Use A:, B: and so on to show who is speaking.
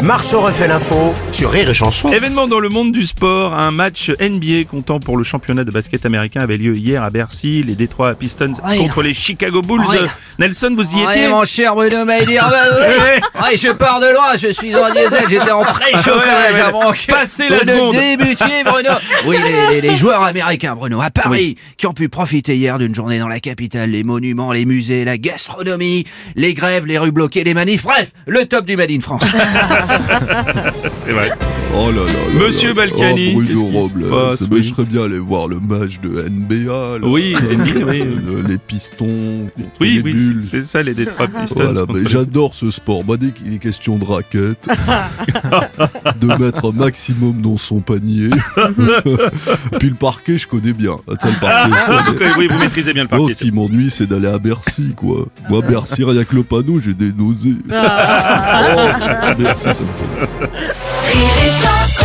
A: Marceau refait l'info sur Rire et Chanson.
B: Événement dans le monde du sport, un match NBA comptant pour le championnat de basket américain avait lieu hier à Bercy, les Detroit Pistons
C: Ouais.
B: contre les Chicago Bulls.
C: Ouais.
B: Nelson, vous y
C: Ouais,
B: étiez
C: mon cher Bruno ah Maïdir, je pars de loin, je suis en diesel, j'étais en préchauffage
B: Ouais, ouais, ouais.
C: avant
B: Passez
C: que
B: la
C: vous ne
B: seconde.
C: débutiez, Bruno. Oui, les, les- les joueurs américains, Bruno, à Paris, qui ont pu profiter hier d'une journée dans la capitale, les monuments, les musées, la gastronomie, les grèves, les rues bloquées, les manifs, bref, le top du Made in France.
B: C'est vrai.
D: Oh là là là
B: Monsieur
D: là.
B: Balkany,
D: oh,
B: qu'est-ce
D: Bruno
B: qui se
D: Robles,
B: passe,
D: mais
B: oui.
D: je serais bien allé voir le match de NBA. là.
B: Oui, NBA, oui.
D: Euh, Les pistons contre
B: Oui,
D: les
B: oui,
D: bulles.
B: c'est c'est ça les Detroit Pistons.
D: Voilà,
B: contre
D: mais
B: les-
D: j'adore ce sport. Bah, dès qu'il est question de raquette, de mettre un maximum dans son panier. Puis le parquet, je connais bien. Ah, tiens, le parquet, ça,
B: Ah,
D: mais-
B: vous- oui, vous maîtrisez bien le
D: non,
B: parquet. Ah.
D: ce qui m'ennuie, c'est d'aller à Bercy, quoi. Moi, Bercy, rien que le panneau,
B: Ah.
D: j'ai des nausées. Oh, Bercy, ça me fait.
E: Rire et chanson